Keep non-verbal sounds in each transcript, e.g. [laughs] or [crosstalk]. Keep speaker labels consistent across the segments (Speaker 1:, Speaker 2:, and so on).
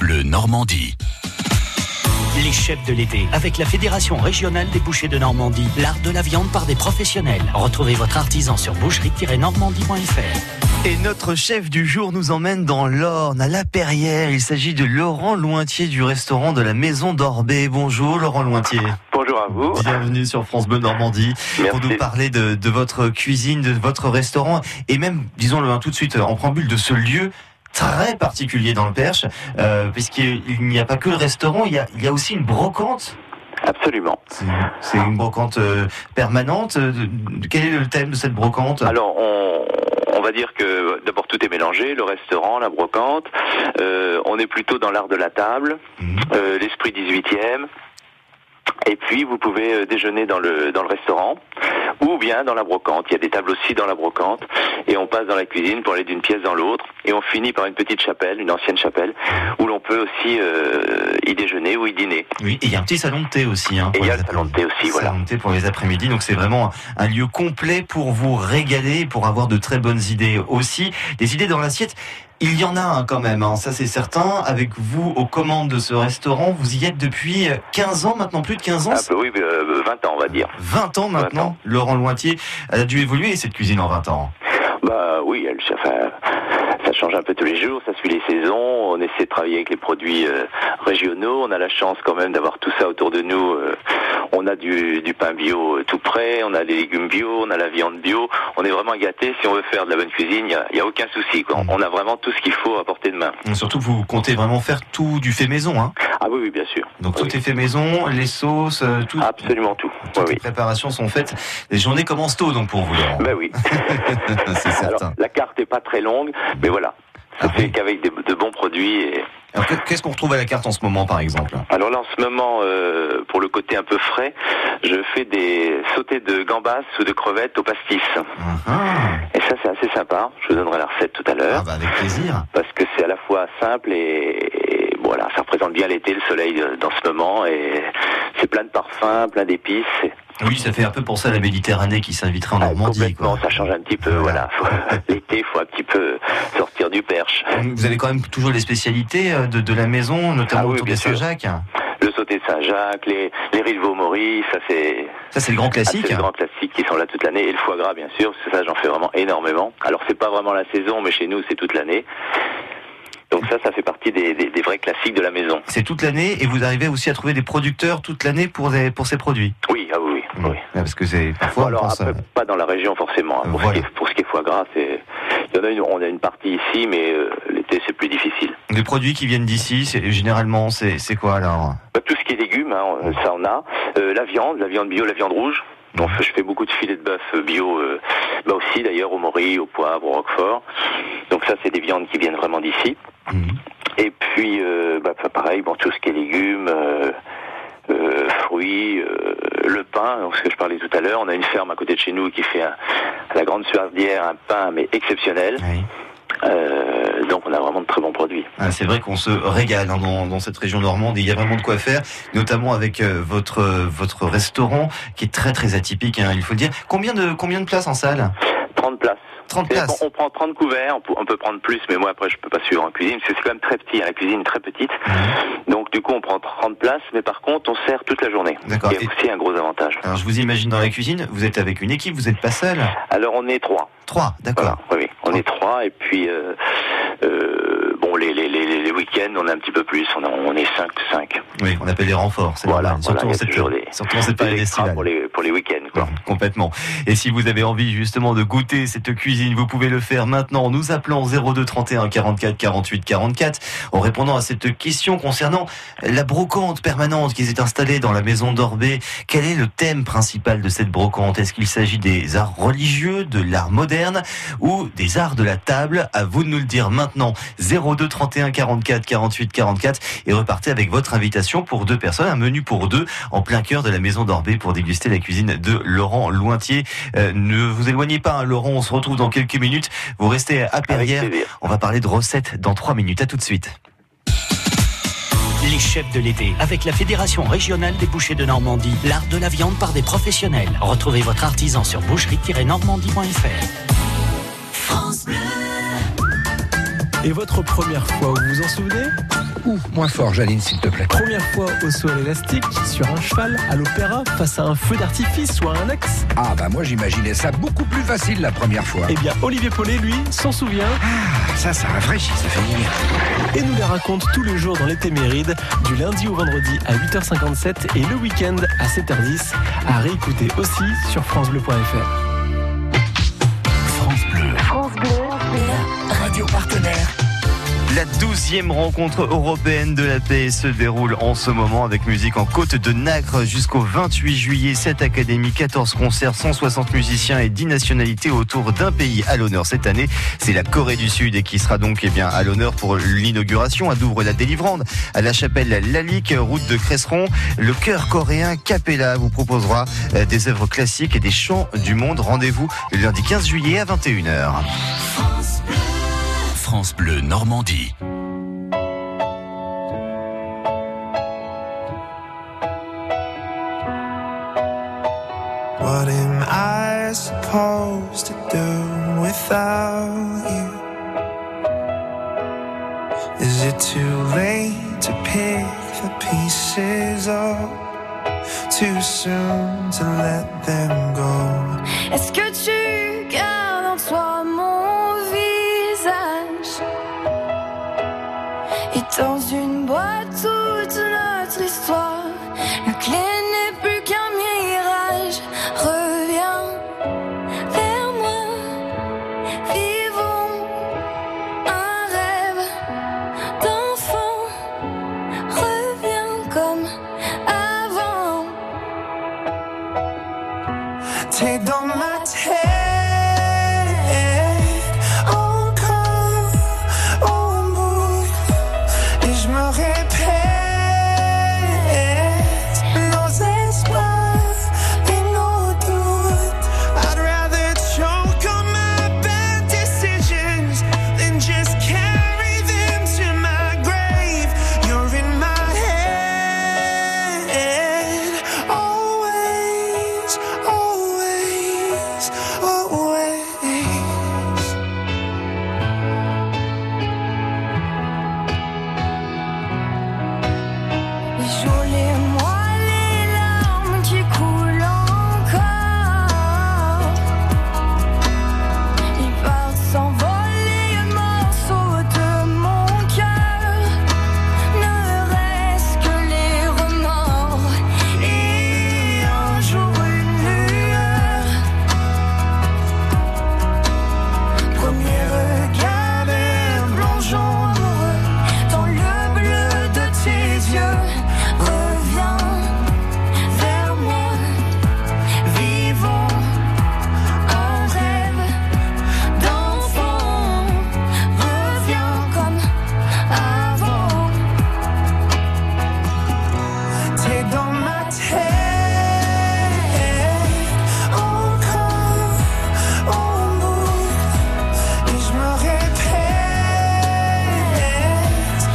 Speaker 1: Bleu Normandie.
Speaker 2: Les chefs de l'été, avec la Fédération régionale des bouchers de Normandie, l'art de la viande par des professionnels. Retrouvez votre artisan sur boucherie-normandie.fr.
Speaker 3: Et notre chef du jour nous emmène dans l'Orne, à La Perrière. Il s'agit de Laurent Lointier du restaurant de la Maison d'Orbet. Bonjour Laurent Lointier.
Speaker 4: Bonjour à vous.
Speaker 3: Bienvenue sur France Bleu Normandie
Speaker 4: Merci.
Speaker 3: pour nous parler de, de votre cuisine, de votre restaurant et même, disons-le hein, tout de suite, en préambule de ce lieu très particulier dans le Perche, euh, puisqu'il n'y a pas que le restaurant, il y a, il y a aussi une brocante.
Speaker 4: Absolument.
Speaker 3: C'est- C'est une brocante euh, permanente. Euh, de- de- Quel est le thème de cette brocante
Speaker 4: Alors, on, on va dire que d'abord tout est mélangé, le restaurant, la brocante. Euh, on est plutôt dans l'art de la table,
Speaker 3: Mhm.
Speaker 4: euh, l'esprit 18e. Et puis, vous pouvez euh, déjeuner dans le, dans le restaurant ou bien dans la brocante. Il y a des tables aussi dans la brocante. Et on passe dans la cuisine pour aller d'une pièce dans l'autre. Et on finit par une petite chapelle, une ancienne chapelle, où l'on peut aussi euh, y déjeuner ou y dîner.
Speaker 3: Oui, et il y a un petit salon de thé aussi. hein,
Speaker 4: Et
Speaker 3: pour
Speaker 4: il y a
Speaker 3: les
Speaker 4: le salon de thé aussi, voilà.
Speaker 3: Salon de thé pour les après-midi. Donc c'est vraiment un lieu complet pour vous régaler, pour avoir de très bonnes idées aussi. Des idées dans l'assiette, il y en a hein, quand même, hein, ça c'est certain. Avec vous aux commandes de ce restaurant, vous y êtes depuis 15 ans maintenant, plus de 15 ans.
Speaker 4: Ah, oui, euh, 20 ans, on va dire.
Speaker 3: 20 ans maintenant, Laurent Lointier, elle a dû évoluer cette cuisine en 20 ans.
Speaker 4: Bah oui, elle, enfin, ça change un peu tous les jours, ça suit les saisons, on essaie de travailler avec les produits euh, régionaux, on a la chance quand même d'avoir tout ça autour de nous. euh, on a du, du pain bio euh, tout près, on a des légumes bio, on a la viande bio, on est vraiment gâté. Si on veut faire de la bonne cuisine, il n'y a, y a aucun souci. quoi. On a vraiment tout ce qu'il faut à portée de main.
Speaker 3: Donc, Surtout que vous comptez vraiment faire tout du fait maison. Hein.
Speaker 4: Ah oui, oui, bien sûr.
Speaker 3: Donc
Speaker 4: Oui.
Speaker 3: tout est fait maison, les sauces, euh, tout.
Speaker 4: Mm. Absolument tout. Oui,
Speaker 3: toutes
Speaker 4: oui.
Speaker 3: Les préparations sont faites. Les journées commencent tôt donc pour vous, Laurent.
Speaker 4: Ben oui.
Speaker 3: [laughs] c'est certain.
Speaker 4: Ben, Alors, la carte est pas très longue, mais voilà. Ça
Speaker 3: Ah
Speaker 4: fait
Speaker 3: oui.
Speaker 4: qu'avec des- de bons produits et,
Speaker 3: Alors, que- qu'est-ce qu'on retrouve à la carte en ce moment, par exemple
Speaker 4: Alors là, en ce moment, euh, pour le côté un peu frais, je fais des sautées de gambas ou de crevettes au pastis. Ah, Et ça, c'est assez sympa. Je vous donnerai la recette tout à l'heure.
Speaker 3: Ah bah, Avec plaisir.
Speaker 4: Parce que c'est à la fois simple et, et voilà, ça représente bien l'été, le soleil euh, dans ce moment. Et c'est plein de parfums, plein d'épices.
Speaker 3: Oui, ça fait un peu penser à la Méditerranée qui s'inviterait en
Speaker 4: Ah,
Speaker 3: Normandie.
Speaker 4: complètement,
Speaker 3: quoi.
Speaker 4: ça change un petit peu. Voilà, Faut- l'été, faut un petit peu sortir du perche.
Speaker 3: Vous avez quand même toujours les spécialités euh, de, de la maison, notamment
Speaker 4: Ah oui,
Speaker 3: autour
Speaker 4: bien
Speaker 3: de
Speaker 4: sûr.
Speaker 3: Saint-Jacques.
Speaker 4: Le sauté de Saint-Jacques, les, les riz de Vaux-Maurice, ça c'est
Speaker 3: Ça, c'est le grand
Speaker 4: Ah, c'est
Speaker 3: classique.
Speaker 4: les grands classiques qui sont là toute l'année et le foie gras bien sûr, c'est ça j'en fais vraiment énormément. Alors c'est pas vraiment la saison mais chez nous c'est toute l'année. Donc ça ça fait partie des, des- des vrais classiques de la maison.
Speaker 3: C'est toute l'année et vous arrivez aussi à trouver des producteurs toute l'année pour, des- pour ces produits.
Speaker 4: Oui, ah oui, oui.
Speaker 3: Ouais,
Speaker 4: oui.
Speaker 3: Parce que c'est parfois
Speaker 4: Bon, alors
Speaker 3: on pense,
Speaker 4: après,
Speaker 3: euh,
Speaker 4: pas dans la région forcément. hein. Pour,
Speaker 3: Voilà.
Speaker 4: ce qui est, pour ce qui est foie gras, c'est il y en a une, on a une partie ici mais euh, l'été c'est plus difficile.
Speaker 3: les produits qui viennent d'ici, c'est- généralement c'est c'est quoi alors
Speaker 4: Bah, tout ce qui est légumes, hein, on- ça on a. Euh, la viande, la viande bio, la viande rouge. Donc je fais beaucoup de filets de bœuf euh, bio, euh, bah aussi d'ailleurs au mori, au poivre, au roquefort. Donc ça c'est des viandes qui viennent vraiment d'ici.
Speaker 3: Mhm.
Speaker 4: Et puis, euh, bah, pa- pareil, bon, tout ce qui est légumes, euh, euh, fruits, euh, le pain, donc ce que je parlais tout à l'heure. On a une ferme à côté de chez nous qui fait un- à la grande suardière un pain, mais exceptionnel.
Speaker 3: Oui.
Speaker 4: Euh, donc, on a vraiment de très bons produits.
Speaker 3: Ah, c'est vrai qu'on se régale hein, dans, dans cette région normande. et Il y a vraiment de quoi faire, notamment avec euh, votre euh, votre restaurant qui est très très atypique. hein, il faut le dire. Combien de combien de places en salle
Speaker 4: 30 places.
Speaker 3: 30
Speaker 4: C'est-à-dire
Speaker 3: places.
Speaker 4: qu'on- On prend 30 couverts, on peut, on peut prendre plus, mais moi après je peux pas suivre en cuisine, parce que c'est quand même très petit, hein, la cuisine est très petite.
Speaker 3: Mmh,
Speaker 4: Donc du coup on prend 30 places, mais par contre on sert toute la journée.
Speaker 3: D'accord.
Speaker 4: Il y
Speaker 3: Bah, Et-
Speaker 4: a aussi un gros avantage.
Speaker 3: Alors je vous imagine dans la cuisine. Vous êtes avec une équipe. Vous n'êtes pas seul.
Speaker 4: Alors on est trois.
Speaker 3: Trois.
Speaker 4: Voilà,
Speaker 3: D'accord.
Speaker 4: oui, oui. On
Speaker 3: Ah.
Speaker 4: est trois et puis euh, euh, bon les, les, les, les- les week-ends on a un petit peu plus, on, a- on est cinq cinq.
Speaker 3: Oui, on appelle les renforts. c'est
Speaker 4: Voilà,
Speaker 3: normal,
Speaker 4: voilà,
Speaker 3: Surtout
Speaker 4: il y
Speaker 3: en
Speaker 4: a
Speaker 3: cette
Speaker 4: toujours des-
Speaker 3: surtout en cette période
Speaker 4: Des extras
Speaker 3: estivale.
Speaker 4: pour les pour les week-ends quoi.
Speaker 3: Mmh, Complètement. Et si vous avez envie justement de goûter cette cuisine, vous pouvez le faire maintenant en nous appelant au 02 31 44 48 44 en répondant à cette question concernant la brocante permanente qui s'est installée dans la maison d'Orbet. Quel est le thème principal de cette brocante Est-ce qu'il s'agit des arts religieux, de l'art moderne ou des arts de la table À vous de nous le dire maintenant. 02 31 44 48 44 et repartez avec votre invitation pour deux personnes, un menu pour deux en plein cœur de la maison d'Orbet pour déguster la cuisine de Laurent Lointier. Euh, ne vous éloignez pas, hein, Laurent, on se retrouve dans quelques minutes. Vous restez à
Speaker 4: Avec
Speaker 3: Perrières.
Speaker 4: plaisir.
Speaker 3: On va parler de recettes dans trois minutes. À tout de suite.
Speaker 2: Les chefs de l'été, avec la Fédération régionale des bouchers de Normandie, l'art de la viande par des professionnels. Retrouvez votre artisan sur boucherie-normandie.fr.
Speaker 5: France Bleu.
Speaker 1: Et votre première fois, vous vous en souvenez
Speaker 5: Ouh, moins fort, Jaline, s'il te plaît.
Speaker 1: Première fois au sol élastique, sur un cheval, à l'opéra, face à un feu d'artifice ou à un axe
Speaker 5: Ah, bah moi, j'imaginais ça beaucoup plus facile la première fois.
Speaker 1: Eh bien, Olivier Paulet, lui, s'en souvient
Speaker 5: Ah, ça, ça rafraîchit, ça fait du bien.
Speaker 1: et nous la raconte tous les jours dans les Témérides, du lundi au vendredi à 8h57 et le week-end à 7h10, à réécouter aussi sur FranceBleu.fr.
Speaker 2: France Bleu.
Speaker 6: France Bleu, radio partenaire.
Speaker 3: La douzième rencontre européenne de la paix se déroule en ce moment avec musique en côte de Nacre jusqu'au 28 juillet. Cette académie, 14 concerts, 160 musiciens et 10 nationalités autour d'un pays à l'honneur cette année. C'est la Corée du Sud et qui sera donc eh bien, à l'honneur pour l'inauguration à Douvres-la-Délivrande, à la chapelle Lalique, route de Cresseron. Le chœur coréen Capella vous proposera euh, des œuvres classiques et des chants du monde. Rendez-vous le lundi 15 juillet à 21h.
Speaker 2: France Bleu Normandie.
Speaker 7: What am I supposed to do without you? Is it too late to pick the pieces up? Too soon to let them go.
Speaker 6: Est-ce que tu gardes en toi mon visage Et dans une boîte toute notre histoire La clé n'est plus qu'un mirage Reviens vers moi Vivons un rêve d'enfant Reviens comme avant
Speaker 7: T'es dans ma tête Encore en boucle Et je me répète Nos espoirs et nos doutes I'd rather choke on my bad decisions Than just carry them to my grave You're in my head Always, always, always
Speaker 6: Les jours, les mois, les larmes qui coulent encore Ils partent s'envoler, morceaux de mon cœur Ne reste que les remords Et un jour une lueur Premier regard et plongeons amoureux Dans le bleu de tes yeux Reviens vers moi, vivons un rêve d'enfant. Reviens comme avant.
Speaker 7: T'es dans ma tête Encore en boucle Et je me répète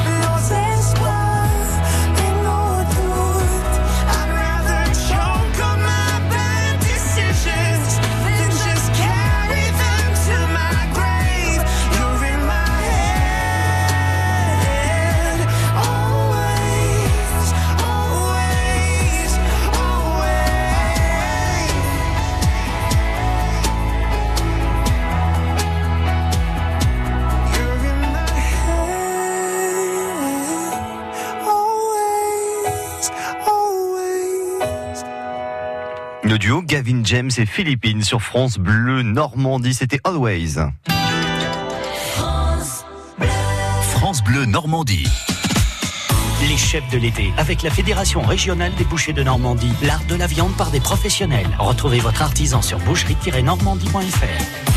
Speaker 7: Nos espoirs et nos doutes I'd rather choke on my bad decisions Than just carry them to my grave You're in my head Always, always, always You're in my head Always, always
Speaker 3: Le duo Gavin James et Philippines sur France Bleu Normandie, c'était Always.
Speaker 2: France Bleu Normandie. Les chefs de l'été, avec la Fédération régionale des bouchers de Normandie, l'art de la viande par des professionnels. Retrouvez votre artisan sur boucherie-normandie.fr.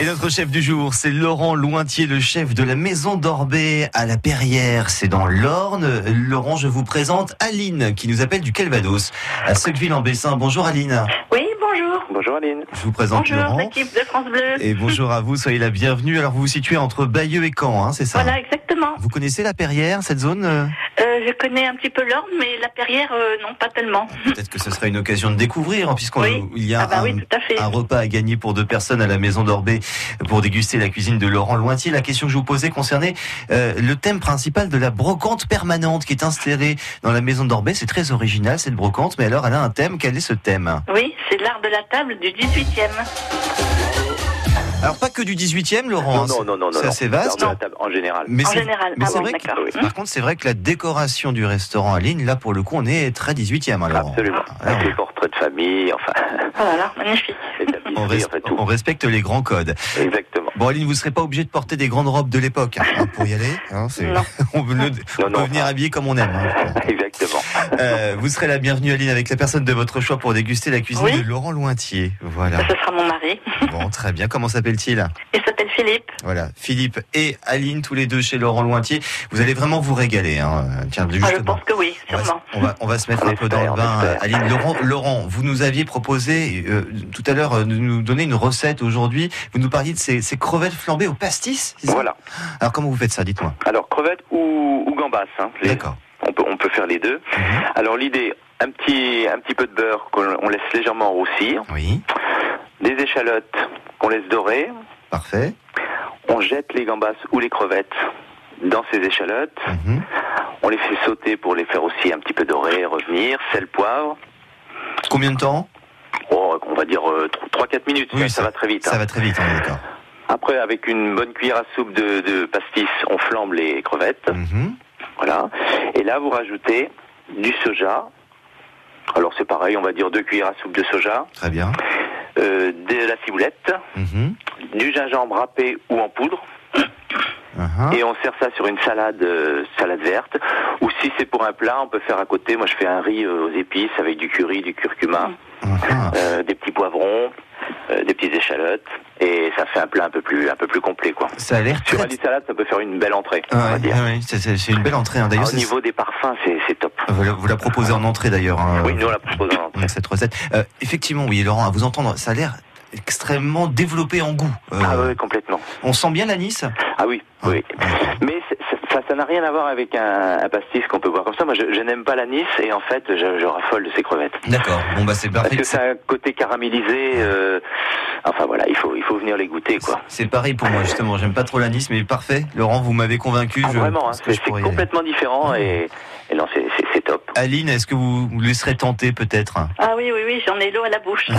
Speaker 3: Et notre chef du jour, c'est Laurent Lointier, le chef de la maison d'Orbet à la Perrière. C'est dans l'Orne. Laurent, je vous présente Aline, qui nous appelle du Calvados, à Secqueville-en-Bessin. Bonjour Aline.
Speaker 8: Oui, bonjour.
Speaker 4: Bonjour Aline.
Speaker 3: Je vous présente
Speaker 8: Bonjour,
Speaker 3: Laurent.
Speaker 8: l'équipe de France Bleu.
Speaker 3: Et bonjour à vous, soyez la bienvenue. Alors vous vous situez entre Bayeux et Caen, hein, c'est ça
Speaker 8: Voilà, exactement.
Speaker 3: Vous connaissez la Perrière, cette zone euh
Speaker 8: Euh, je connais un petit peu l'Orne, mais la Perrière, euh, non, pas tellement.
Speaker 3: Peut-être que ce sera une occasion de découvrir, hein, puisqu'on
Speaker 8: Oui.
Speaker 3: il y a
Speaker 8: ah bah
Speaker 3: un,
Speaker 8: oui, tout à fait.
Speaker 3: un repas à gagner pour deux personnes à la Maison d'Orbet pour déguster la cuisine de Laurent Lointier. La question que je vous posais concernait euh, le thème principal de la brocante permanente qui est installée dans la Maison d'Orbet. C'est très original cette brocante, mais alors elle a un thème. Quel est ce thème
Speaker 8: Oui, c'est l'art de la table du 18e.
Speaker 3: Alors pas que du 18e, Laurent. hein,
Speaker 4: non, non, non, non.
Speaker 3: c'est
Speaker 4: non.
Speaker 3: assez vaste. hein.
Speaker 4: Non, non, En général.
Speaker 3: Mais
Speaker 8: en
Speaker 3: c'est-
Speaker 8: général.
Speaker 3: mais
Speaker 8: ah
Speaker 3: c'est
Speaker 8: bon,
Speaker 3: vrai que-
Speaker 8: d'accord.
Speaker 4: oui.
Speaker 8: Hum,
Speaker 3: Par contre, c'est vrai que la décoration du restaurant à ligne, là pour le coup, on est très hein, 18e alors.
Speaker 4: Absolument.
Speaker 3: Alors.
Speaker 4: Avec les portraits de famille, enfin,
Speaker 8: Oh là là, magnifique.
Speaker 4: les tapisseries,
Speaker 3: On, res-
Speaker 4: enfin, tout.
Speaker 3: on respecte les grands codes.
Speaker 4: Exactement.
Speaker 3: Bon, Aline, vous ne serez pas obligé de porter des grandes robes de l'époque hein, pour y aller. hein, c'est-
Speaker 8: Non.
Speaker 3: [laughs] on peut, le- on peut
Speaker 4: Non, non.
Speaker 3: venir habillé comme on aime. hein.
Speaker 4: [laughs] Exactement.
Speaker 3: [laughs] Euh, vous serez la bienvenue, Aline, avec la personne de votre choix pour déguster la cuisine
Speaker 8: Oui.
Speaker 3: de Laurent Lointier. Voilà.
Speaker 8: Ce sera mon mari.
Speaker 3: Bon, très bien. Comment s'appelle-t-il
Speaker 8: Il s'appelle Philippe. Ah,
Speaker 3: Voilà. Philippe et Aline, tous les deux chez Laurent Lointier. Vous allez vraiment vous régaler. Hein. Tiens,
Speaker 8: Ah, je
Speaker 3: justement.
Speaker 8: pense que oui,
Speaker 3: On va,
Speaker 8: sûrement.
Speaker 3: on va- on va se mettre
Speaker 4: On
Speaker 3: un peu dans le
Speaker 4: espère, on
Speaker 3: bain.
Speaker 4: espère.
Speaker 3: Aline, Laurent, Laurent, vous nous aviez proposé euh, tout à l'heure euh, de nous donner une recette aujourd'hui. Vous nous parliez de ces, ces crevettes flambées au pastis. c'est ça
Speaker 4: Voilà.
Speaker 3: Alors comment vous faites ça Dites-moi.
Speaker 4: Alors, crevettes ou, ou gambas. hein. Les-
Speaker 3: D'accord.
Speaker 4: on, peut, on peut faire les deux.
Speaker 3: Mhm.
Speaker 4: Alors, l'idée, un petit, un petit peu de beurre qu'on on laisse légèrement roussir,
Speaker 3: Oui.
Speaker 4: des échalotes qu'on laisse dorer,
Speaker 3: Parfait.
Speaker 4: on jette les gambas ou les crevettes dans ces échalotes,
Speaker 3: Mhm.
Speaker 4: on les fait sauter pour les faire aussi un petit peu dorer, revenir, sel, poivre.
Speaker 3: Combien de temps
Speaker 4: Oh, on va dire 3-4 minutes,
Speaker 3: Oui,
Speaker 4: ça, ça va très vite.
Speaker 3: Ça
Speaker 4: hein.
Speaker 3: va très vite, on est d'accord.
Speaker 4: Après, avec une bonne cuillère à soupe de, de pastis, on flambe les crevettes.
Speaker 3: Mhm.
Speaker 4: Voilà. Et là, vous rajoutez du soja. Alors, c'est pareil, on va dire deux cuillères à soupe de soja,
Speaker 3: Très bien.
Speaker 4: euh, de la ciboulette,
Speaker 3: Mhm.
Speaker 4: du gingembre râpé ou en poudre.
Speaker 3: Uhum.
Speaker 4: Et on sert ça sur une salade, euh, salade verte. Ou si c'est pour un plat, on peut faire à côté. Moi, je fais un riz euh, aux épices avec du curry, du curcuma,
Speaker 3: Uhum.
Speaker 4: euh, des petits poivrons, euh, des petites échalotes. Et ça fait un plat un peu plus, un peu plus complet, quoi.
Speaker 3: Ça a l'air
Speaker 4: Sur
Speaker 3: très...
Speaker 4: un lit salade, ça peut faire une belle entrée, on va
Speaker 3: Ouais,
Speaker 4: dire.
Speaker 3: ouais, ouais, c'est- c'est c'est une belle entrée. hein. D'ailleurs,
Speaker 4: Ah, au
Speaker 3: c'est-
Speaker 4: niveau des parfums, c'est c'est top.
Speaker 3: vous la- vous la proposez en entrée d'ailleurs. hein.
Speaker 4: Oui, nous, on la propose en entrée.
Speaker 3: Donc, cette recette. Euh, effectivement, oui, Laurent, à vous entendre, ça a l'air extrêmement développé en goût. Euh,
Speaker 4: Ah oui, complètement.
Speaker 3: On sent bien l'anis
Speaker 4: Ah oui, oui. Mais c'est- c'est- ça, ça n'a rien à voir avec un, un pastis qu'on peut boire comme ça. Moi, je, je n'aime pas l'anis et en fait, je, je raffole de ces crevettes.
Speaker 3: D'accord. Bon, bah, c'est
Speaker 4: Parce
Speaker 3: parfait.
Speaker 4: que ça a un côté caramélisé. euh, enfin voilà, il faut, il faut venir les goûter, quoi.
Speaker 3: C'est pareil pour moi, justement. J'aime pas trop l'anis, mais parfait. Laurent, vous m'avez convaincu.
Speaker 4: Ah,
Speaker 3: je
Speaker 4: vraiment, hein,
Speaker 3: pense que
Speaker 4: c'est
Speaker 3: je
Speaker 4: c'est
Speaker 3: pourrais y aller.
Speaker 4: complètement différent et, et non, c'est- c'est c'est top.
Speaker 3: Aline, est-ce que vous vous laisserez tenter peut-être
Speaker 8: Ah oui, oui, oui, j'en ai l'eau à la
Speaker 3: [laughs]
Speaker 8: bouche.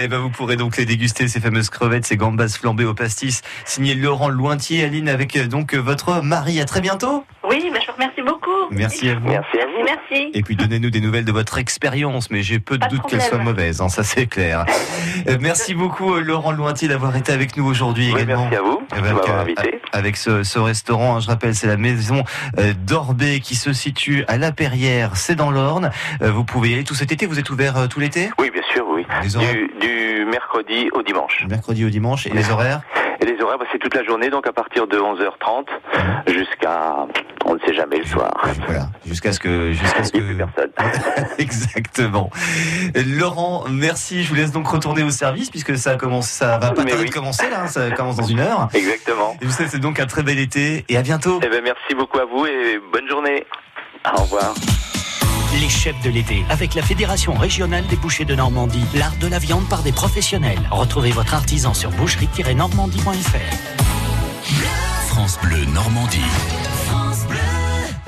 Speaker 3: Eh ben, vous pourrez donc les déguster, ces fameuses crevettes, ces gambas flambées au pastis. Signé Laurent Lointier, Aline, avec euh, donc euh, votre mari. À très bientôt.
Speaker 8: oui, bah, je vous remercie beaucoup.
Speaker 3: Merci à vous.
Speaker 4: Merci à vous.
Speaker 8: Merci, merci.
Speaker 3: Et puis donnez-nous des nouvelles de votre expérience, mais j'ai peu de
Speaker 8: Pas de
Speaker 3: doute qu'elle soit
Speaker 8: problème.
Speaker 3: mauvaise, hein, ça c'est clair. Euh, merci beaucoup euh, Laurent Lointier d'avoir été avec nous aujourd'hui
Speaker 4: Oui,
Speaker 3: également.
Speaker 4: merci à vous
Speaker 3: Eh
Speaker 4: de
Speaker 3: ben,
Speaker 4: m'avoir
Speaker 3: euh,
Speaker 4: invité.
Speaker 3: avec ce, ce restaurant. hein, Je rappelle, c'est la maison euh, d'Orbet qui se situe à La Perrière, c'est dans l'Orne. Euh, vous pouvez y aller tout cet été, vous êtes ouvert euh, tout l'été
Speaker 4: Oui, bien sûr, oui.
Speaker 3: Les horaires
Speaker 4: Du, du mercredi au dimanche.
Speaker 3: du mercredi au dimanche et les horaires
Speaker 4: Et les horaires, bah, c'est toute la journée, donc à partir de 11h30
Speaker 3: Mmh.
Speaker 4: jusqu'à, on ne sait jamais, le soir.
Speaker 3: Voilà, jusqu'à ce que... Jusqu'à ce
Speaker 4: Il n'y a plus
Speaker 3: que...
Speaker 4: personne.
Speaker 3: [laughs] Exactement. Euh, Laurent, merci. Je vous laisse donc retourner au service puisque ça commence, ça va pas
Speaker 4: Mais
Speaker 3: tarder
Speaker 4: oui.
Speaker 3: de commencer là, hein, ça commence dans une heure. [laughs]
Speaker 4: Exactement.
Speaker 3: Et vous souhaite donc un très bel été et à bientôt.
Speaker 4: Eh ben, merci beaucoup à vous et bonne journée. Au revoir.
Speaker 2: Les chefs de l'été, avec la Fédération régionale des bouchers de Normandie, l'art de la viande par des professionnels. Retrouvez votre artisan sur boucherie-normandie.fr. France Bleu Normandie.